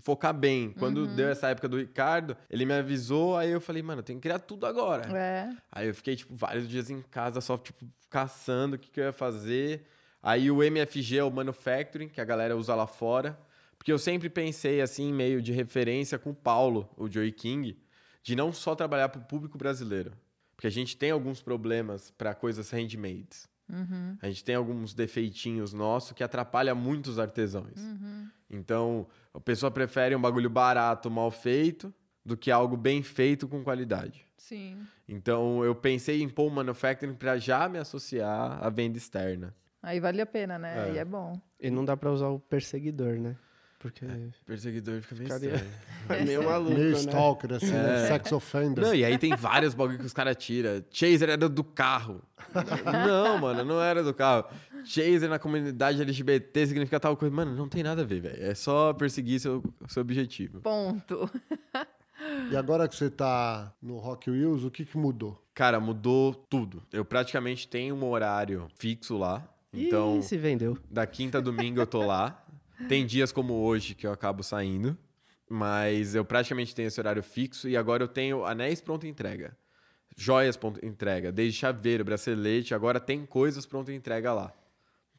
Speaker 4: focar bem. Quando
Speaker 2: Uhum.
Speaker 4: deu essa época do Ricardo, ele me avisou, aí eu falei, mano, eu tenho que criar tudo agora.
Speaker 2: É.
Speaker 4: Aí eu fiquei, tipo, vários dias em casa só, tipo, caçando o que, que eu ia fazer. Aí o MFG é o Manufacturing, que a galera usa lá fora. Porque eu sempre pensei, assim, meio de referência com o Paulo, o Joey King, de não só trabalhar para o público brasileiro. Porque a gente tem alguns problemas para coisas handmades.
Speaker 2: Uhum,
Speaker 4: A gente tem alguns defeitinhos nossos que atrapalha muito os artesãos.
Speaker 2: uhum.
Speaker 4: Então, a pessoa prefere um bagulho barato, mal feito, do que algo bem feito com qualidade.
Speaker 2: Sim.
Speaker 4: Então, eu pensei em pôr o manufacturing para já me associar à venda externa.
Speaker 2: Aí vale a pena, né?
Speaker 4: É.
Speaker 2: E é bom.
Speaker 3: E não dá pra usar o perseguidor, né? Porque
Speaker 4: É. Perseguidor fica meio
Speaker 3: Ficaria-
Speaker 4: estranho.
Speaker 3: é meio maluco,
Speaker 1: Meio
Speaker 3: né?
Speaker 1: stalker, assim, né? sex offender.
Speaker 4: É. Não, e aí tem vários bagulho que os caras tiram. Chaser era do carro. Não, mano, não era do carro. Chaser na comunidade LGBT significa tal coisa. Mano, não tem nada a ver, velho. É só perseguir seu, seu objetivo.
Speaker 2: Ponto.
Speaker 1: E agora que você tá no Rock Wheels, o que, que mudou?
Speaker 4: Cara, mudou tudo. Eu praticamente tenho um horário fixo lá. Então,
Speaker 3: Ih, se vendeu.
Speaker 4: da quinta a domingo eu tô lá. Tem dias como hoje que eu acabo saindo. Mas eu praticamente tenho esse horário fixo. E agora eu tenho anéis pronta entrega. Joias pronta entrega. Desde chaveiro, bracelete. Agora tem coisas pronta entrega lá.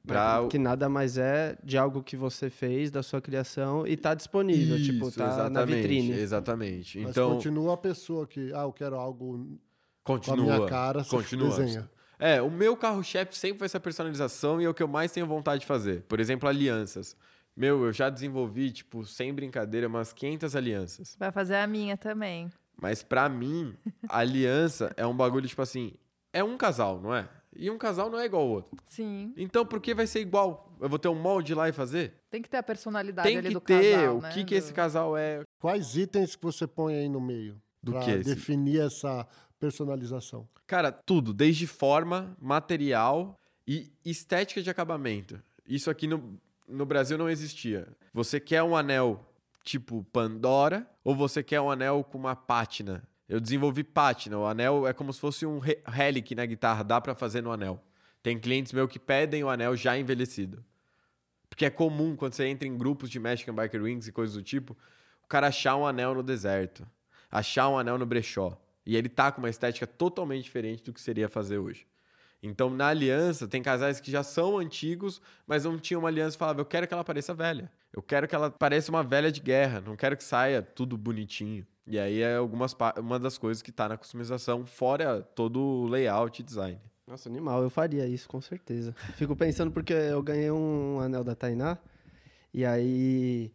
Speaker 1: É,
Speaker 4: Pra...
Speaker 3: Né, Que nada mais é de algo que você fez, da sua criação, e tá disponível, tipo,
Speaker 4: Isso,
Speaker 3: tá na vitrine.
Speaker 4: Exatamente.
Speaker 1: Mas
Speaker 4: Então,
Speaker 1: continua a pessoa que, ah, eu quero algo com a
Speaker 4: continua.
Speaker 1: minha cara, você
Speaker 4: continua.
Speaker 1: desenha.
Speaker 4: É, o meu carro-chefe sempre vai ser a personalização e é o que eu mais tenho vontade de fazer. Por exemplo, alianças. Meu, eu já desenvolvi, tipo, sem brincadeira, umas 500 alianças.
Speaker 2: Vai fazer a minha também.
Speaker 4: Mas pra mim, a aliança é um bagulho, tipo assim, é um casal, não é? E um casal não é igual ao outro.
Speaker 2: Sim.
Speaker 4: Então, por que vai ser igual? Eu vou ter um molde lá e fazer?
Speaker 2: Tem que ter a personalidade
Speaker 4: Tem
Speaker 2: ali
Speaker 4: que
Speaker 2: do
Speaker 4: ter
Speaker 2: casal,
Speaker 4: o
Speaker 2: né?
Speaker 4: que, que
Speaker 2: Do-
Speaker 4: esse casal é.
Speaker 1: Quais itens que você põe aí no meio?
Speaker 4: Do
Speaker 1: pra
Speaker 4: que esse?
Speaker 1: definir essa personalização.
Speaker 4: Cara, tudo, desde forma, material e estética de acabamento. Isso aqui no, no Brasil não existia. Você quer um anel tipo Pandora ou você quer um anel com uma pátina? Eu desenvolvi pátina. O anel é como se fosse um re- relic na guitarra, dá pra fazer no anel. Tem clientes meu que pedem o anel já envelhecido. Porque é comum quando você entra em grupos de Mexican Biker Wings e coisas do tipo, o cara achar um anel no deserto, achar um anel no brechó. E ele tá com uma estética totalmente diferente do que seria fazer hoje. Então, na aliança, tem casais que já são antigos, mas não tinham uma aliança e falavam: eu quero que ela pareça velha. Eu quero que ela pareça uma velha de guerra. Não quero que saia tudo bonitinho. E aí é algumas pa- uma das coisas que tá na customização, fora todo o layout e design.
Speaker 3: Nossa, animal, eu faria isso, com certeza. Fico pensando porque eu ganhei um anel da Tainá, e aí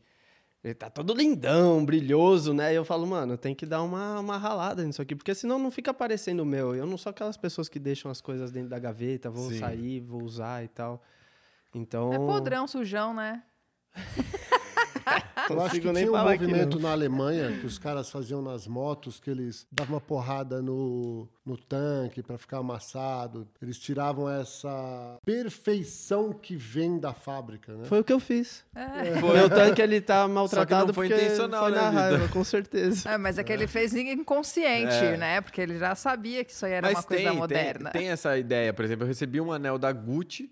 Speaker 3: ele tá todo lindão, brilhoso, né? E eu falo, mano, tem que dar uma, uma ralada nisso aqui, porque senão não fica aparecendo o meu. Eu não sou aquelas pessoas que deixam as coisas dentro da gaveta, vou
Speaker 4: Sim.
Speaker 3: sair, vou usar e tal. Então.
Speaker 2: É podrão, sujão, né?
Speaker 1: Eu acho que
Speaker 3: consigo nem né?
Speaker 1: tinha um
Speaker 3: falar que
Speaker 1: movimento
Speaker 3: não.
Speaker 1: na Alemanha que os caras faziam nas motos, que eles davam uma porrada no, no tanque pra ficar amassado. Eles tiravam essa perfeição que vem da fábrica, né?
Speaker 3: Foi o que eu fiz.
Speaker 2: É.
Speaker 4: Foi-
Speaker 3: Meu tanque ele tá maltratado
Speaker 4: foi
Speaker 3: porque
Speaker 4: intencional,
Speaker 3: foi
Speaker 4: né,
Speaker 3: na
Speaker 4: Vitor?
Speaker 3: raiva, com certeza.
Speaker 2: É, mas é que ele fez inconsciente, né? Porque ele já sabia que isso aí era uma coisa moderna.
Speaker 4: Tem, essa ideia, por exemplo, eu recebi um anel da Gucci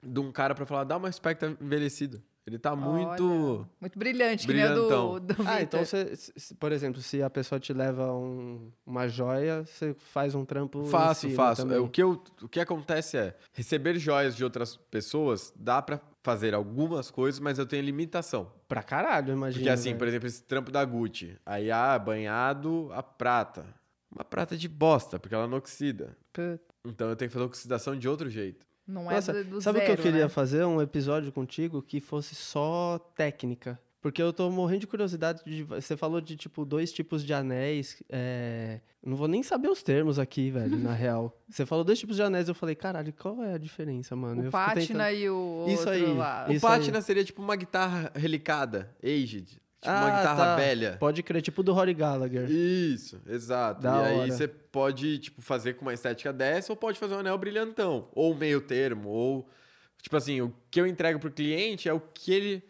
Speaker 4: de um cara pra falar, dá uma espectra envelhecida. Ele tá muito.
Speaker 2: Muito brilhante, que nem o do,
Speaker 4: Brilhantão.
Speaker 2: do Vitor.
Speaker 3: Ah, então, cê, se- se- por exemplo, se a pessoa te leva um- uma joia, você faz um trampo. em
Speaker 4: Faço,
Speaker 3: cima
Speaker 4: faço.
Speaker 3: também.
Speaker 4: É, O que, eu, o que acontece é, receber joias de outras pessoas dá pra fazer algumas coisas, mas eu tenho limitação.
Speaker 3: Pra caralho, imagina.
Speaker 4: Porque assim,
Speaker 3: velho.
Speaker 4: por exemplo, esse trampo da Gucci, aí ah, banhado a prata. Uma prata de bosta, porque ela não oxida.
Speaker 2: Put-
Speaker 4: Então eu tenho que fazer oxidação de outro jeito.
Speaker 2: Não é
Speaker 3: Nossa,
Speaker 2: do, do
Speaker 3: sabe o que
Speaker 2: zero,
Speaker 3: eu queria
Speaker 2: né?
Speaker 3: fazer? Um episódio contigo que fosse só técnica. Porque eu tô morrendo de curiosidade. De, você falou de, tipo, dois tipos de anéis. é, Não vou nem saber os termos aqui, velho, na real. Você falou dois tipos de anéis. Eu falei, caralho, qual é a diferença, mano? eu
Speaker 2: O né?
Speaker 3: fico
Speaker 2: Pátina
Speaker 3: tentando-
Speaker 2: e o
Speaker 3: Isso
Speaker 2: outro
Speaker 3: aí.
Speaker 2: lá.
Speaker 4: O
Speaker 3: Isso
Speaker 4: Platina seria tipo uma guitarra relicada, aged. Tipo uma
Speaker 3: Ah,
Speaker 4: guitarra
Speaker 3: tá.
Speaker 4: velha.
Speaker 3: Pode crer, tipo do Rory Gallagher.
Speaker 4: Isso, exato.
Speaker 3: Da
Speaker 4: e aí
Speaker 3: hora.
Speaker 4: você pode, tipo, fazer com uma estética dessa, ou pode fazer um anel brilhantão, ou um meio termo, ou. Tipo assim, o que eu entrego pro cliente é o que ele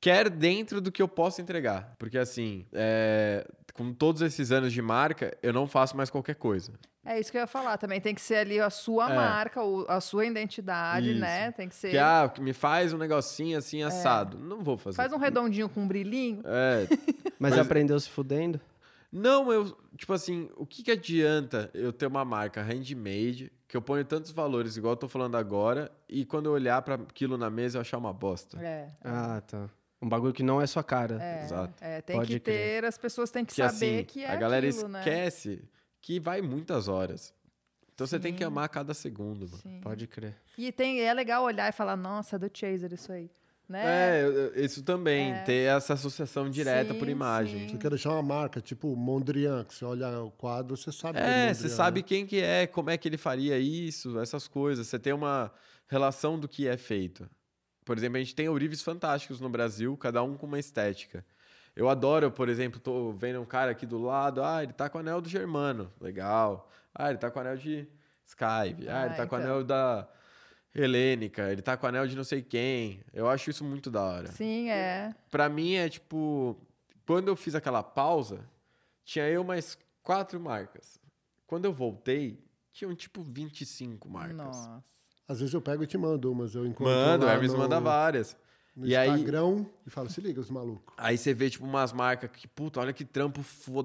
Speaker 4: quer dentro do que eu posso entregar. Porque assim, é, com todos esses anos de marca, eu não faço mais qualquer coisa.
Speaker 2: É isso que eu ia falar também. Tem que ser ali a sua
Speaker 4: É.
Speaker 2: marca, o- a sua identidade,
Speaker 4: Isso.
Speaker 2: né? Tem que ser.
Speaker 4: Que, ah, me faz um negocinho assim assado. Não vou fazer.
Speaker 2: Faz um redondinho com um brilhinho.
Speaker 4: É,
Speaker 3: Mas,
Speaker 4: Mas-
Speaker 3: aprendeu se fudendo?
Speaker 4: Não, eu. Tipo assim, o que, que adianta eu ter uma marca handmade, que eu ponho tantos valores, igual eu tô falando agora, e quando eu olhar pra aquilo na mesa eu achar uma bosta?
Speaker 2: É.
Speaker 3: Ah, tá. Um bagulho que não é sua cara.
Speaker 4: Exato.
Speaker 2: É, tem
Speaker 3: Pode
Speaker 2: que
Speaker 3: crer.
Speaker 2: ter, as pessoas têm que,
Speaker 4: Que
Speaker 2: saber
Speaker 4: assim,
Speaker 2: que é
Speaker 4: a galera
Speaker 2: aquilo, né?
Speaker 4: esquece que vai muitas horas. Então você tem que
Speaker 2: Sim.
Speaker 4: amar cada segundo, mano.
Speaker 2: Sim.
Speaker 3: Pode crer.
Speaker 2: E tem, é legal olhar e falar, nossa, é do Chaser isso aí. Né?
Speaker 4: É, eu- eu- isso também,
Speaker 2: É.
Speaker 4: ter essa associação direta por
Speaker 2: Sim,
Speaker 4: imagem.
Speaker 2: sim.
Speaker 1: Você quer deixar uma marca, tipo Mondrian, que você olha o quadro, você sabe. que
Speaker 4: É,
Speaker 1: Mondrian,
Speaker 4: você
Speaker 1: né?
Speaker 4: sabe quem que é, como é que ele faria isso, essas coisas. Você tem uma relação do que é feito. Por exemplo, a gente tem ourives fantásticos no Brasil, cada um com uma estética. Eu adoro, por exemplo, tô vendo um cara aqui do lado, ah, ele tá com o anel do Germano, legal. Ah, ele tá com o anel de Skype. Ah,
Speaker 2: Ah,
Speaker 4: ele tá com o
Speaker 2: então.
Speaker 4: anel da Helênica, ele tá com o anel de não sei quem. Eu acho isso muito da hora.
Speaker 2: Sim, é.
Speaker 4: Pra mim é tipo, quando eu fiz aquela pausa, tinha eu mais quatro marcas. Quando eu voltei, tinham tipo 25 marcas.
Speaker 2: Nossa.
Speaker 1: Às vezes eu pego e te mando umas, eu encontro.
Speaker 4: Mando, o
Speaker 1: lá
Speaker 4: Hermes
Speaker 1: no,
Speaker 4: manda várias.
Speaker 1: No
Speaker 4: E aí-
Speaker 1: Instagram e falo, se liga, os malucos.
Speaker 4: Aí você vê, tipo, umas marcas que, puta, olha que trampo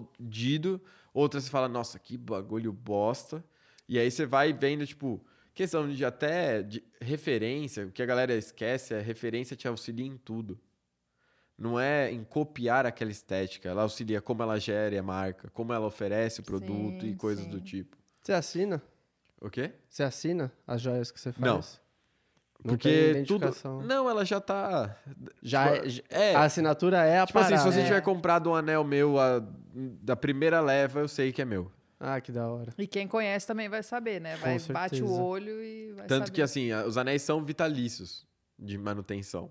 Speaker 4: fodido. Outras você fala, nossa, que bagulho bosta. E aí você vai vendo, tipo, questão de até de referência. O que a galera esquece é referência te auxilia em tudo. Não é em copiar aquela estética. Ela auxilia como ela gera a marca, como ela oferece o produto
Speaker 2: Sim,
Speaker 4: e coisas do
Speaker 2: sim.
Speaker 4: tipo.
Speaker 3: Você assina?
Speaker 4: O quê?
Speaker 3: Você assina as joias que você faz?
Speaker 4: Não.
Speaker 3: Não tem
Speaker 4: Porque tudo.
Speaker 3: identificação.
Speaker 4: Não, ela já tá.
Speaker 3: Já é,
Speaker 4: Tipo, é,
Speaker 3: A assinatura é a
Speaker 4: tipo assim, se
Speaker 3: parada.
Speaker 4: você
Speaker 2: é.
Speaker 4: tiver comprado um anel meu a- da primeira leva, eu sei que é meu.
Speaker 3: Ah, que da hora.
Speaker 2: E quem conhece também vai saber, né?
Speaker 3: Com
Speaker 2: Vai, bate o
Speaker 3: certeza.
Speaker 2: olho e vai
Speaker 4: Tanto
Speaker 2: saber.
Speaker 4: que, assim, a- os anéis são vitalícios de manutenção.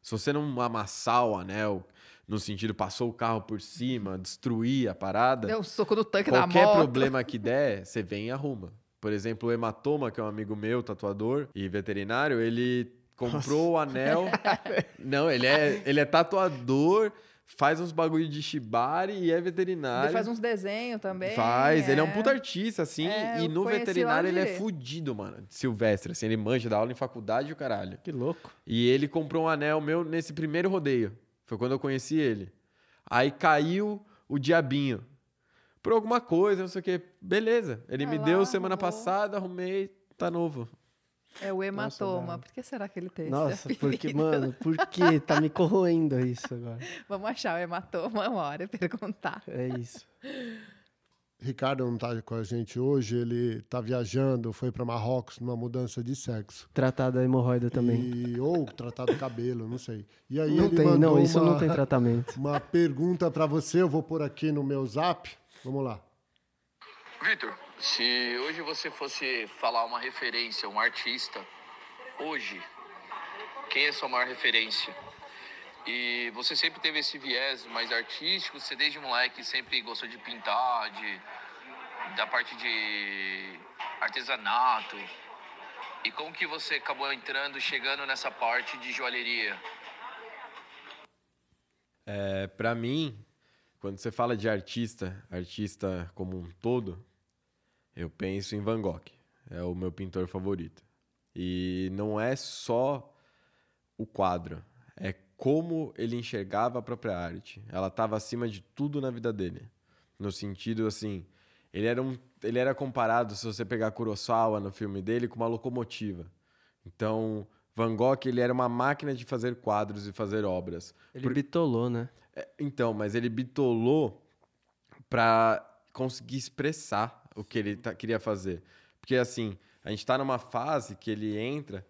Speaker 4: Se você não amassar o anel, no sentido, passou o carro por cima, destruir a parada,
Speaker 2: Deu um soco no tanque da
Speaker 4: qualquer
Speaker 2: moto.
Speaker 4: problema que der, você vem e arruma. Por exemplo, o Hematoma, que é um amigo meu, tatuador e veterinário, ele comprou o anel. não, ele é, ele é tatuador, faz uns bagulho de shibari e é veterinário.
Speaker 2: Ele faz uns desenhos também.
Speaker 4: Faz, ele é um puta artista, assim,
Speaker 2: É,
Speaker 4: e
Speaker 2: eu
Speaker 4: no
Speaker 2: conheci
Speaker 4: veterinário
Speaker 2: lá
Speaker 4: ele
Speaker 2: onde
Speaker 4: é
Speaker 2: ele-
Speaker 4: fudido, mano. Silvestre, assim, ele manja da aula em faculdade e o caralho.
Speaker 3: Que louco.
Speaker 4: E ele comprou um anel meu nesse primeiro rodeio. Foi quando eu conheci ele. Aí caiu o diabinho. Por alguma coisa, não sei o quê. Beleza. Ele
Speaker 2: Ah
Speaker 4: me
Speaker 2: lá,
Speaker 4: deu semana
Speaker 2: arrumou.
Speaker 4: passada, arrumei, tá novo.
Speaker 2: É o
Speaker 3: da
Speaker 2: hematoma.
Speaker 3: hora.
Speaker 2: Por que será que ele tem esse
Speaker 3: Nossa,
Speaker 2: apelido?
Speaker 3: porque, mano, por que tá me corroendo isso agora?
Speaker 2: Vamos achar o hematoma uma hora e perguntar.
Speaker 3: É isso.
Speaker 1: Ricardo não tá com a gente hoje, ele tá viajando, foi para Marrocos numa mudança de sexo.
Speaker 3: Tratada a hemorroida também.
Speaker 1: E, ou tratar do cabelo, não sei. E aí
Speaker 3: não
Speaker 1: ele
Speaker 3: tem,
Speaker 1: mandou
Speaker 3: não, isso
Speaker 1: uma,
Speaker 3: não tem tratamento.
Speaker 1: uma pergunta para você, eu vou pôr aqui no meu zap. Vamos lá.
Speaker 5: Vitor, se hoje você fosse falar uma referência, um artista, hoje, quem é sua maior referência? E você sempre teve esse viés mais artístico, você desde moleque sempre gostou de pintar, de, da parte de artesanato. E como que você acabou entrando, chegando nessa parte de joalheria?
Speaker 4: É, para mim, quando você fala de artista, artista como um todo, eu penso em Van Gogh. É o meu pintor favorito. E não é só o quadro, é como ele enxergava a própria arte. Ela estava acima de tudo na vida dele. No sentido assim, ele era um, ele era comparado, se você pegar Kurosawa no filme dele, com uma locomotiva. Então, Van Gogh, ele era uma máquina de fazer quadros e fazer obras.
Speaker 3: Ele bitolou, né?
Speaker 4: Então, mas ele bitolou pra conseguir expressar o que ele tá- queria fazer. Porque assim, a gente tá numa fase que ele entra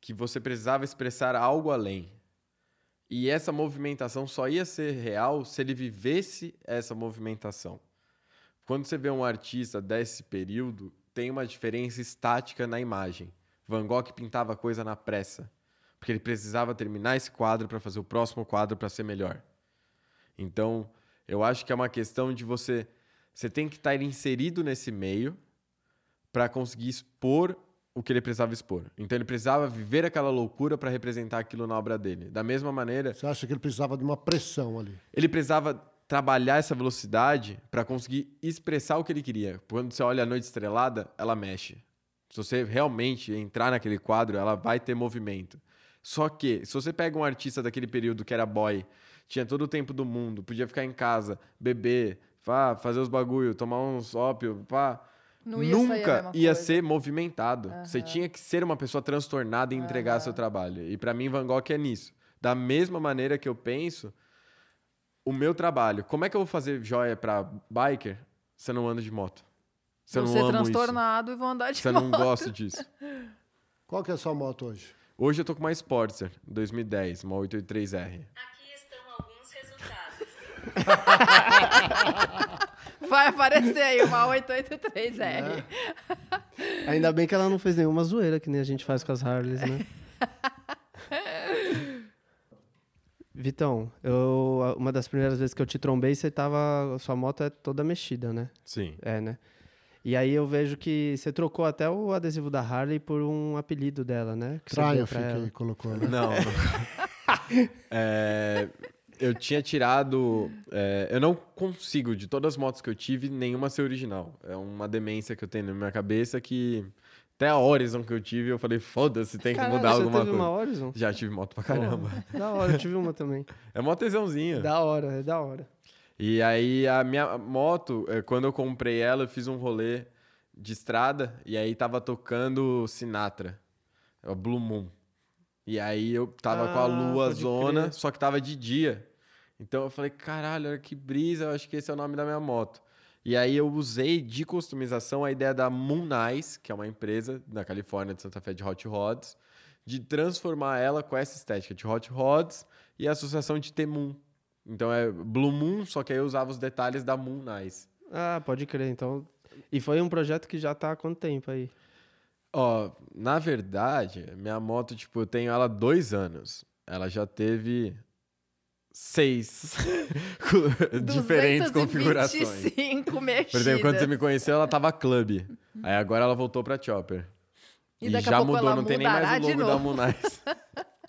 Speaker 4: que você precisava expressar algo além. E essa movimentação só ia ser real se ele vivesse essa movimentação. Quando você vê um artista desse período, tem uma diferença estática na imagem. Van Gogh pintava coisa na pressa, porque ele precisava terminar esse quadro para fazer o próximo quadro para ser melhor. Então, eu acho que é uma questão de você. Você tem que estar inserido nesse meio para conseguir expor o que ele precisava expor. Então, ele precisava viver aquela loucura para representar aquilo na obra dele. Da mesma maneira,
Speaker 1: Você acha que ele precisava de uma pressão ali?
Speaker 4: ele precisava trabalhar essa velocidade pra conseguir expressar o que ele queria. Quando você olha a noite estrelada, ela mexe. Se você realmente entrar naquele quadro, ela vai ter movimento. Só que, se você pega um artista daquele período que era boy, tinha todo o tempo do mundo, podia ficar em casa, beber, pá, fazer os bagulho, tomar uns ópio, pá.
Speaker 2: Não ia sair a
Speaker 4: Nunca
Speaker 2: mesma
Speaker 4: ia
Speaker 2: coisa.
Speaker 4: ser movimentado. Você
Speaker 2: Aham.
Speaker 4: tinha que ser uma pessoa transtornada e entregar seu trabalho. E pra mim, Van Gogh é nisso. Da mesma maneira que eu penso, o meu trabalho. Como é que eu vou fazer joia pra biker se eu não ando de moto? Se eu
Speaker 2: Vou
Speaker 4: não
Speaker 2: ser
Speaker 4: amo
Speaker 2: transtornado e vou andar de
Speaker 4: isso? Se eu
Speaker 2: moto.
Speaker 4: não gosto disso?
Speaker 1: Qual que é a sua moto hoje?
Speaker 4: Hoje eu tô com uma Sportster 2010, uma 883R.
Speaker 6: Aqui estão alguns resultados.
Speaker 2: Vai aparecer aí uma 883R.
Speaker 3: Ainda bem que ela não fez nenhuma zoeira, que nem a gente faz com as Harleys, né? Vitão, eu, a- uma das primeiras vezes que eu te trombei, você tava. Sua moto é toda mexida, né?
Speaker 4: Sim.
Speaker 3: É, né? E aí eu vejo que você trocou até o adesivo da Harley por um apelido dela, né? Que você deu
Speaker 1: Triumph
Speaker 3: pra ela.
Speaker 1: que colocou, né?
Speaker 4: Não. É, eu tinha tirado. é, eu não consigo, de todas as motos que eu tive, nenhuma ser original. É uma demência que eu tenho na minha cabeça que. Até a Horizon que eu tive, eu falei, foda-se, tem que
Speaker 3: Caralho,
Speaker 4: mudar
Speaker 3: você
Speaker 4: alguma
Speaker 3: teve
Speaker 4: coisa.
Speaker 3: uma Horizon?
Speaker 4: Já tive moto pra caramba.
Speaker 3: Da hora, eu tive uma também.
Speaker 4: É mó tesãozinha.
Speaker 3: Da hora, é da hora.
Speaker 4: E aí a minha moto, eh, quando eu comprei ela, eu fiz um rolê de estrada e aí tava tocando Sinatra, a Blue Moon. E aí eu tava com a
Speaker 3: Ah,
Speaker 4: lua
Speaker 3: pode
Speaker 4: zona,
Speaker 3: crer.
Speaker 4: só que tava de dia. Então eu falei, caralho, olha que brisa, eu acho que esse é o nome da minha moto. E aí eu usei de customização a ideia da Moon Nice, que é uma empresa na Califórnia de Santa Fé de Hot Rods, de transformar ela com essa estética de Hot Rods e a associação de ter Moon. Então é Blue Moon, só que aí eu usava os detalhes da Moon Nice.
Speaker 3: Ah, pode crer, então. E foi um projeto que já tá há quanto tempo aí?
Speaker 4: Ó, na verdade, minha moto, tipo, eu tenho ela há dois anos. Ela já teve seis co- É, diferentes configurações.
Speaker 2: 225
Speaker 4: Por exemplo, quando você
Speaker 2: mexidas.
Speaker 4: me conheceu, ela tava club. Aí agora ela voltou pra chopper.
Speaker 2: E
Speaker 4: E,
Speaker 2: daqui a
Speaker 4: já
Speaker 2: pouco
Speaker 4: mudou,
Speaker 2: ela
Speaker 4: não tem nem mais
Speaker 2: mudará
Speaker 4: o
Speaker 2: de
Speaker 4: logo da
Speaker 2: novo.
Speaker 4: Moon Nice.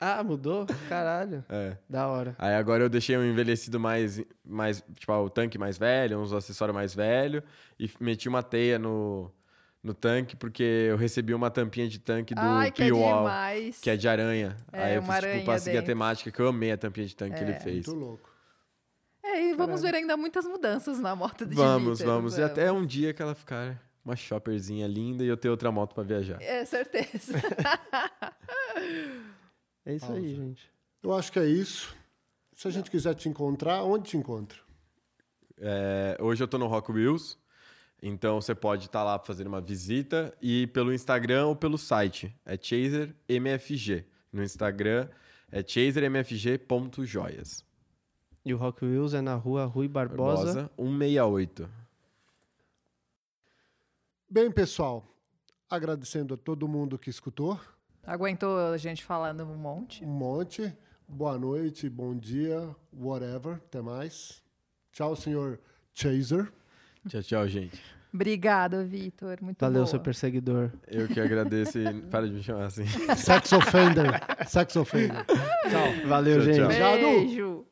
Speaker 3: Ah, mudou? Caralho.
Speaker 4: É.
Speaker 3: Da hora.
Speaker 4: Aí agora eu deixei um envelhecido mais, mais tipo, o tanque mais velho, uns acessórios mais velho e f- meti uma teia no, no tanque porque eu recebi uma tampinha de tanque do
Speaker 2: Ai, que é
Speaker 4: Piwall,
Speaker 2: demais.
Speaker 4: que é de aranha.
Speaker 2: É,
Speaker 4: Aí eu
Speaker 2: uma
Speaker 4: fiz, tipo,
Speaker 2: aranha
Speaker 4: pra seguir a
Speaker 2: dentro.
Speaker 4: temática que eu amei a tampinha de tanque que ele fez.
Speaker 1: Muito louco.
Speaker 2: É, e vamos ver ainda muitas mudanças na moto de
Speaker 4: Vamos,
Speaker 2: Jupiter,
Speaker 4: vamos. E até um dia que ela ficar uma shopperzinha linda e eu ter outra moto pra viajar.
Speaker 2: É, certeza.
Speaker 3: É isso
Speaker 1: Pausa.
Speaker 3: aí, gente.
Speaker 1: Eu acho que é isso. Se a gente quiser te encontrar, onde te encontra?
Speaker 4: É, hoje eu tô no Rock Wheels, então você pode estar lá fazendo uma visita e pelo Instagram ou pelo site. É ChaserMFG. No Instagram é chasermfg.joias.
Speaker 3: E o Rock Wheels é na rua Rui Barbosa.
Speaker 4: 168.
Speaker 1: Bem, pessoal, agradecendo a todo mundo que escutou,
Speaker 2: Aguentou a gente falando um monte.
Speaker 1: um monte. Boa noite, bom dia, whatever, até mais. Tchau, senhor Chaser.
Speaker 4: Tchau, tchau, gente.
Speaker 2: Obrigada, Vitor. Muito
Speaker 3: Valeu,
Speaker 2: boa.
Speaker 3: seu perseguidor.
Speaker 4: Eu que agradeço e para de me chamar assim.
Speaker 1: Sex offender. Sex offender.
Speaker 3: Tchau. Valeu,
Speaker 4: Tchau,
Speaker 3: gente.
Speaker 4: tchau.
Speaker 1: Obrigado.
Speaker 2: Beijo.